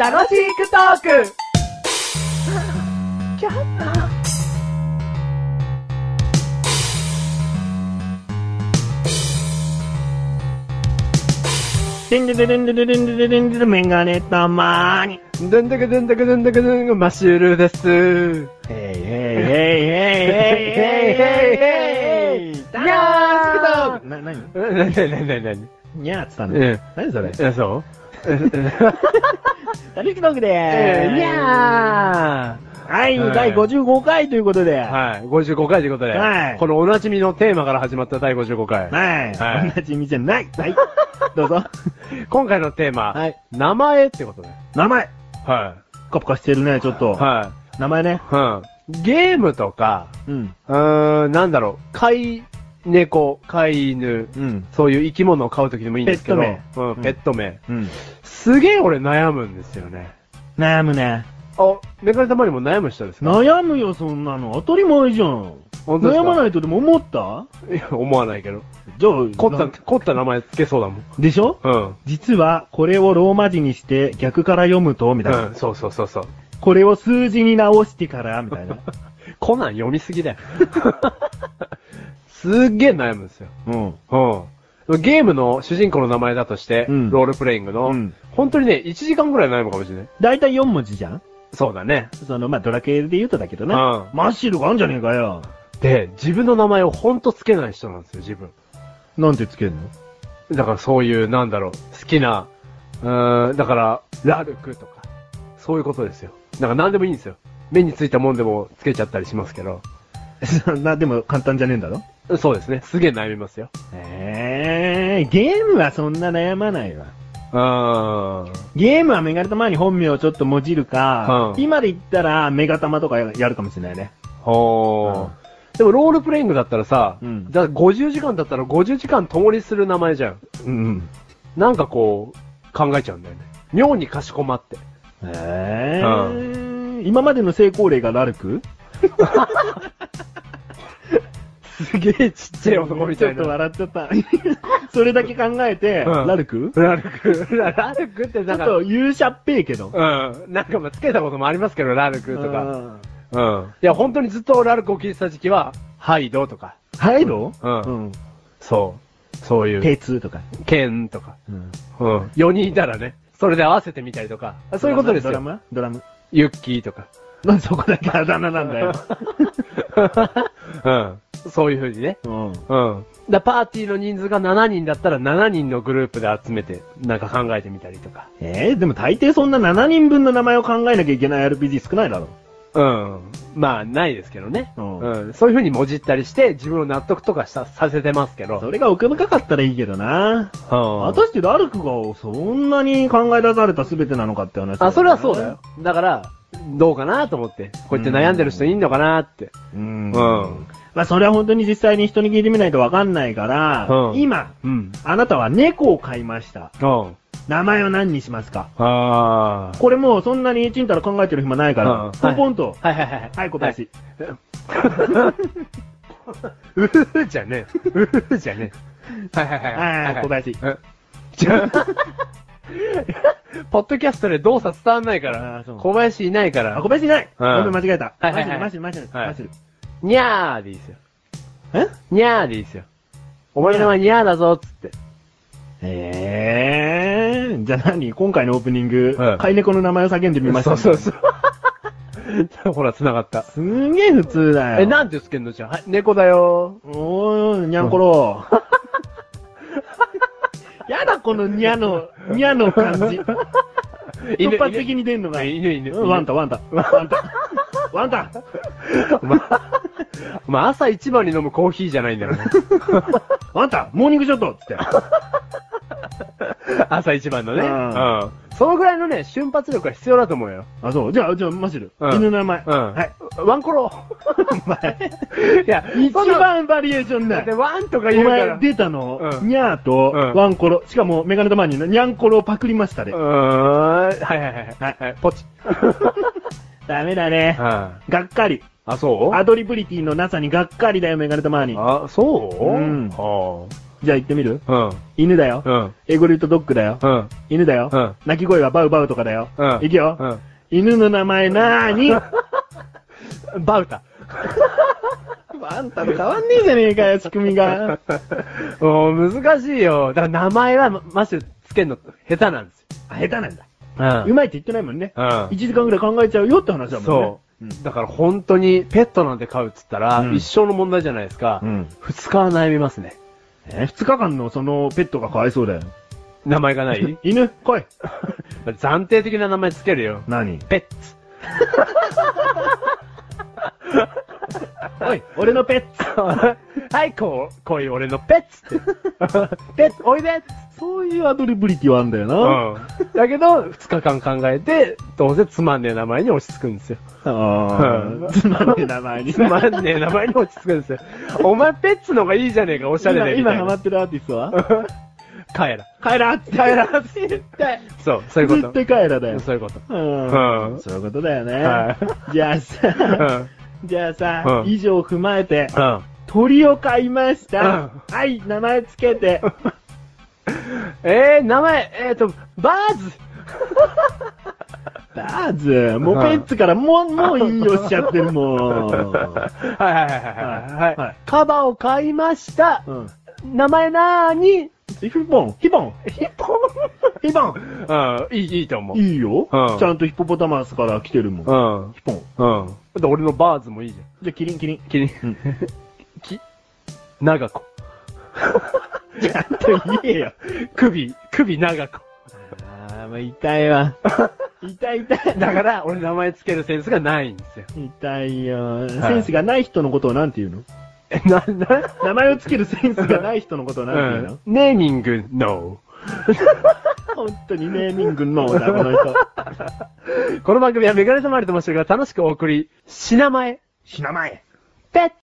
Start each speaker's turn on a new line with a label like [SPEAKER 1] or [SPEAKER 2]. [SPEAKER 1] 楽しくトーク
[SPEAKER 2] でんでででんでででんでででんででメガネたまーに。
[SPEAKER 3] でんでけでんでけでんでけでんがマッシュルです。
[SPEAKER 2] へいへいへいへいへいへいへいへいへい。
[SPEAKER 3] にゃーつく
[SPEAKER 2] な、なに
[SPEAKER 3] な、な、な、な、な、に
[SPEAKER 2] にゃーっつったの
[SPEAKER 3] え
[SPEAKER 2] 何それ
[SPEAKER 3] え、そう
[SPEAKER 2] 楽しくトークで
[SPEAKER 3] え
[SPEAKER 2] ー
[SPEAKER 3] ー、
[SPEAKER 2] す。
[SPEAKER 3] いや
[SPEAKER 2] はい、
[SPEAKER 3] うん
[SPEAKER 2] 第55回ということで。
[SPEAKER 3] ー
[SPEAKER 2] は
[SPEAKER 3] はい、55回ということで、
[SPEAKER 2] はい
[SPEAKER 3] このおなじみのテーマから始まった第55回。はい
[SPEAKER 2] い。同じ意味じゃない。はい。どうぞ。
[SPEAKER 3] 今回のテーマ、
[SPEAKER 2] はい
[SPEAKER 3] 名前ってことね。
[SPEAKER 2] 名前。
[SPEAKER 3] は
[SPEAKER 2] ポカポカしてるね、ちょっ
[SPEAKER 3] い。
[SPEAKER 2] と。
[SPEAKER 3] は
[SPEAKER 2] 名前ね。
[SPEAKER 3] い。うん。ゲームとか、
[SPEAKER 2] うん。
[SPEAKER 3] うーん、なんだろう、飼い猫、飼い犬、
[SPEAKER 2] うん。
[SPEAKER 3] そういう生き物を飼うときでもいいんですけど、
[SPEAKER 2] ペット名
[SPEAKER 3] うん、ペット名。
[SPEAKER 2] うん。
[SPEAKER 3] すげえ俺悩むんですよね。
[SPEAKER 2] 悩むね。
[SPEAKER 3] あ、メガネたまにも悩む人ですか
[SPEAKER 2] 悩むよ、そんなの。当たり前じゃん。
[SPEAKER 3] 本当です
[SPEAKER 2] 悩
[SPEAKER 3] か
[SPEAKER 2] まないとでも思った
[SPEAKER 3] いや、思わないけど。
[SPEAKER 2] じゃあ、
[SPEAKER 3] 凝った、
[SPEAKER 2] な
[SPEAKER 3] 凝った名前つけそうだもん。
[SPEAKER 2] でしょ
[SPEAKER 3] うん。
[SPEAKER 2] 実は、これをローマ字にして逆から読むと、みたいな。
[SPEAKER 3] うん、そうそうそうそう。
[SPEAKER 2] これを数字に直してから、みた いな。
[SPEAKER 3] コナン読みすぎだよ。 すっげえ悩むんですよ。
[SPEAKER 2] うん。
[SPEAKER 3] うん。ゲームの主人公の名前だとして、
[SPEAKER 2] うん
[SPEAKER 3] ロールプレイングの、
[SPEAKER 2] うん
[SPEAKER 3] 本当にね、1時間ぐらい悩むかもしれない。
[SPEAKER 2] だいたい4文字じゃん
[SPEAKER 3] そうだね。
[SPEAKER 2] その、まあ、ドラ系で言うとだけどね。
[SPEAKER 3] うん
[SPEAKER 2] マッシュルがあんじゃねえかよ。
[SPEAKER 3] で、自分の名前をほんとつけない人なんですよ、自分。
[SPEAKER 2] なんてつけんの
[SPEAKER 3] だからそういう、なんだろう、好きな、うーん、だから、ラルクとか、そういうことですよ。なんか何でもいいんですよ。目についたもんでもつけちゃったりしますけど。
[SPEAKER 2] そん な、でも簡単じゃねえんだろ
[SPEAKER 3] そうですね。すげえ悩みますよ。
[SPEAKER 2] ええー、ゲームはそんな悩まないわ。
[SPEAKER 3] うーん。
[SPEAKER 2] ゲームはメガネたまに本名をちょっともじるか、
[SPEAKER 3] うん
[SPEAKER 2] 今で言ったらメガたまとかやるかもしれないね。
[SPEAKER 3] ほー。でもロールプレイングだったらさ、
[SPEAKER 2] うん
[SPEAKER 3] だ50時間だったら50時間共にする名前じゃん。
[SPEAKER 2] うん。
[SPEAKER 3] なんかこう、考えちゃうんだよね。妙にかしこまって。
[SPEAKER 2] ええー今までの成功例がラルク
[SPEAKER 3] すげえちっちゃい男みた
[SPEAKER 2] ちょっ
[SPEAKER 3] い
[SPEAKER 2] と
[SPEAKER 3] な。
[SPEAKER 2] 笑っちゃった。 それだけ考えて、
[SPEAKER 3] うん
[SPEAKER 2] ラルク
[SPEAKER 3] ラルク、ララルクって
[SPEAKER 2] ちょ
[SPEAKER 3] なん
[SPEAKER 2] っ
[SPEAKER 3] か、
[SPEAKER 2] と勇者っぺえけど。
[SPEAKER 3] うん。なんかまあつけたこともありますけど、ラルクとか。
[SPEAKER 2] うん
[SPEAKER 3] うん。いや、本当にずっとラルクを聞いてた時期は、ハイドとか、
[SPEAKER 2] ハイド
[SPEAKER 3] うん
[SPEAKER 2] うん。
[SPEAKER 3] そう。そういう、
[SPEAKER 2] 鉄とか。
[SPEAKER 3] ケンとか。
[SPEAKER 2] うん。
[SPEAKER 3] うん。4人いたらね、それで合わせてみたりとか。あそういうことです
[SPEAKER 2] ドラ
[SPEAKER 3] よ。
[SPEAKER 2] ムドラム。
[SPEAKER 3] ユッキーとか。
[SPEAKER 2] なんでそこだけあだ名なんだ よ。
[SPEAKER 3] うん。そういう風にね。
[SPEAKER 2] うん。
[SPEAKER 3] うん。だパーティーの人数が7人だったら7人のグループで集めて、なんか考えてみたりとか。
[SPEAKER 2] えー、でも大抵そんな7人分の名前を考えなきゃいけない RPG 少ないだろ。
[SPEAKER 3] うん。まあ、ないですけどね。
[SPEAKER 2] うん
[SPEAKER 3] うん。そういう風にもじったりして、自分を納得とかささせてますけど。
[SPEAKER 2] それが奥深かったらいいけどな。
[SPEAKER 3] うん
[SPEAKER 2] 果たしてラルクがそんなに考え出された全てなのかって話、
[SPEAKER 3] あ、それはそうだよ。。だから、どうかなと思って。こうやって悩んでる人いんのかなって。
[SPEAKER 2] うん。
[SPEAKER 3] うん
[SPEAKER 2] まあそれは本当に実際に人に聞いてみないとわかんないから、
[SPEAKER 3] うん
[SPEAKER 2] 今、
[SPEAKER 3] うん。
[SPEAKER 2] あなたは猫を飼いました。
[SPEAKER 3] うん。
[SPEAKER 2] 名前を何にしますか
[SPEAKER 3] あ
[SPEAKER 2] これもうそんなにちんたら考えてる暇ないか
[SPEAKER 3] う
[SPEAKER 2] ら
[SPEAKER 3] ん、
[SPEAKER 2] ポンポンと。
[SPEAKER 3] あ。はいはいはい。
[SPEAKER 2] はい、小林。
[SPEAKER 3] うーじゃねえ。うーじゃねえ。はいはいはい
[SPEAKER 2] はいはい小林。
[SPEAKER 3] うんじゃあ、ポッドキャストで動作伝わんないか
[SPEAKER 2] あ
[SPEAKER 3] ら、
[SPEAKER 2] そう
[SPEAKER 3] 小林いないか
[SPEAKER 2] あ、
[SPEAKER 3] ら
[SPEAKER 2] 小、林じゃない
[SPEAKER 3] うん
[SPEAKER 2] ごめん、間違えた。
[SPEAKER 3] はいはいはい
[SPEAKER 2] マシル、マシル、
[SPEAKER 3] はい
[SPEAKER 2] マシル。
[SPEAKER 3] にゃーでいいですよ。
[SPEAKER 2] え
[SPEAKER 3] にゃーでいいですよ。お前の名前にゃーだぞ、つって。
[SPEAKER 2] えー、じゃあ何今回のオープニング
[SPEAKER 3] うん、
[SPEAKER 2] 飼い猫の名前を叫んでみました。
[SPEAKER 3] そうそう そう。ほら、繋がった。
[SPEAKER 2] すんげえ普通だよ。
[SPEAKER 3] え、なんてつけんのじゃん。はい、猫だよ
[SPEAKER 2] おー、にゃんころ。 やだ、このにゃの、にゃの感じ。
[SPEAKER 3] ー。
[SPEAKER 2] 突発的に出んのが。
[SPEAKER 3] 犬犬犬
[SPEAKER 2] うんワンタ、ワンタ。ワンタ。ワンタ。
[SPEAKER 3] ま、まあ、朝一番に飲むコーヒーじゃないんだよね。
[SPEAKER 2] ワンタ、モーニングショットっつって。
[SPEAKER 3] 朝一番のね。
[SPEAKER 2] う
[SPEAKER 3] うんん。そのぐらいのね、瞬発力が必要だと思うよ。
[SPEAKER 2] あ、そう。じゃあ、じゃあ、マシル。
[SPEAKER 3] うん
[SPEAKER 2] 犬の名前。
[SPEAKER 3] うん
[SPEAKER 2] はい。
[SPEAKER 3] ワンコロお前。 いや、
[SPEAKER 2] 一
[SPEAKER 3] そんな
[SPEAKER 2] 番バリエーションない
[SPEAKER 3] だって。ワンとか
[SPEAKER 2] お
[SPEAKER 3] 言うから。
[SPEAKER 2] 前出たの、
[SPEAKER 3] うん
[SPEAKER 2] にゃーと、
[SPEAKER 3] うん
[SPEAKER 2] ワンコロ。しかも、メガネ玉ににゃんころをパクりましたで。
[SPEAKER 3] うーん。はいはいはい。
[SPEAKER 2] はい
[SPEAKER 3] はい、 ポチ。
[SPEAKER 2] ダメだね。
[SPEAKER 3] あ、
[SPEAKER 2] がっかり。
[SPEAKER 3] そう
[SPEAKER 2] アドリブリティのなさにがっかりだよ、メガネ玉に。
[SPEAKER 3] あ、そう
[SPEAKER 2] うん
[SPEAKER 3] は
[SPEAKER 2] じゃあ言ってみる
[SPEAKER 3] うん。
[SPEAKER 2] 犬だよ。
[SPEAKER 3] うん。
[SPEAKER 2] エゴリュートドッグだよ。
[SPEAKER 3] うん。
[SPEAKER 2] 犬だよ。
[SPEAKER 3] うん
[SPEAKER 2] 鳴き声はバウバウとかだよ。
[SPEAKER 3] うん
[SPEAKER 2] いくよ、
[SPEAKER 3] う
[SPEAKER 2] 犬の名前なー に
[SPEAKER 3] ん。バ ウタ。
[SPEAKER 2] あんたと変わんねえじゃねえかよ、仕組みが。
[SPEAKER 3] もう難しいよ。だから名前はまマシュつけるの下手なんですよ。
[SPEAKER 2] あ下手なんだ。
[SPEAKER 3] う
[SPEAKER 2] うまいって言ってないもんね。
[SPEAKER 3] うん
[SPEAKER 2] 1時間ぐらい考えちゃうよって話だもんね。
[SPEAKER 3] そう、だから本当にペットなんて飼うっつったら、
[SPEAKER 2] うん
[SPEAKER 3] 一生の問題じゃないですか。
[SPEAKER 2] う
[SPEAKER 3] 二、
[SPEAKER 2] ん。
[SPEAKER 3] 日は悩みますね。
[SPEAKER 2] えー、2日間のそのペットがかわいそうだよ。
[SPEAKER 3] 名前がない
[SPEAKER 2] 犬、来い。
[SPEAKER 3] 暫定的な名前つけるよ。
[SPEAKER 2] 何
[SPEAKER 3] ペッツ。
[SPEAKER 2] おい、俺のペット。
[SPEAKER 3] はい、こう、こういう俺のペッ ツって。ペッツ、おいでっつって
[SPEAKER 2] そういうアドリブリティはあるんだよな。
[SPEAKER 3] うん。だけど、二日間考えて、どうせつまんねえ名前に落ち着くんですよ。
[SPEAKER 2] あ
[SPEAKER 3] うん
[SPEAKER 2] あ。つまんねえ名前に。
[SPEAKER 3] つまんねえ名前に落ち着くんですよ。お前ペッツの方がいいじゃねえか、おしゃれ
[SPEAKER 2] 今、
[SPEAKER 3] で。
[SPEAKER 2] 今ハマ
[SPEAKER 3] ま
[SPEAKER 2] ってるアーティストは
[SPEAKER 3] 帰ら。
[SPEAKER 2] カエラって。
[SPEAKER 3] 帰らって言って。そう、そ ういう
[SPEAKER 2] 絶
[SPEAKER 3] こと。
[SPEAKER 2] 対カエラだよ。
[SPEAKER 3] そういうこと。
[SPEAKER 2] うん
[SPEAKER 3] うん
[SPEAKER 2] そういうことだよね。
[SPEAKER 3] は
[SPEAKER 2] じゃあ
[SPEAKER 3] うん。う
[SPEAKER 2] さ、
[SPEAKER 3] ん。
[SPEAKER 2] じゃあさ、
[SPEAKER 3] うん
[SPEAKER 2] 以上を踏まえて、
[SPEAKER 3] うん
[SPEAKER 2] 鳥を飼いまし
[SPEAKER 3] うん
[SPEAKER 2] た。はい、名前つけて。
[SPEAKER 3] えー、名前、えっ、と、バーズ
[SPEAKER 2] バーズ、もうペッツからもう、もういいよしちゃってるもん。
[SPEAKER 3] はいはいはいはいはい。
[SPEAKER 2] は
[SPEAKER 3] はいい、カバを買いました。
[SPEAKER 2] うん。
[SPEAKER 3] 名前なーに、
[SPEAKER 2] ヒボン、ヒボン、
[SPEAKER 3] ヒポン。
[SPEAKER 2] ヒボン。
[SPEAKER 3] うん、いい、いいと思う。
[SPEAKER 2] いいよ
[SPEAKER 3] うん。
[SPEAKER 2] ちゃんとヒポポタマスから来てるもん。
[SPEAKER 3] うん。
[SPEAKER 2] ヒポン。
[SPEAKER 3] うん。だって俺のバーズもいいじゃん。
[SPEAKER 2] じゃあ、キリン、キリン。
[SPEAKER 3] き、 き、長子。
[SPEAKER 2] ちゃんと言えよ。
[SPEAKER 3] 首、首長子。
[SPEAKER 2] ああ、もう痛いわ。痛い痛い。
[SPEAKER 3] だから、俺名前つけるセンスがないんですよ。
[SPEAKER 2] 痛いよ。センスがない人のことをなんて言うの
[SPEAKER 3] え、な、な、
[SPEAKER 2] 名前をつけるセンスがない人のことをなんて言うの、
[SPEAKER 3] ネーミング、ノ
[SPEAKER 2] 本当にネーミングのだ、この人。
[SPEAKER 3] ー。この番組はメガネたまりとましてが楽しくお送り、品前、
[SPEAKER 2] ひなまえ。
[SPEAKER 3] ペッツ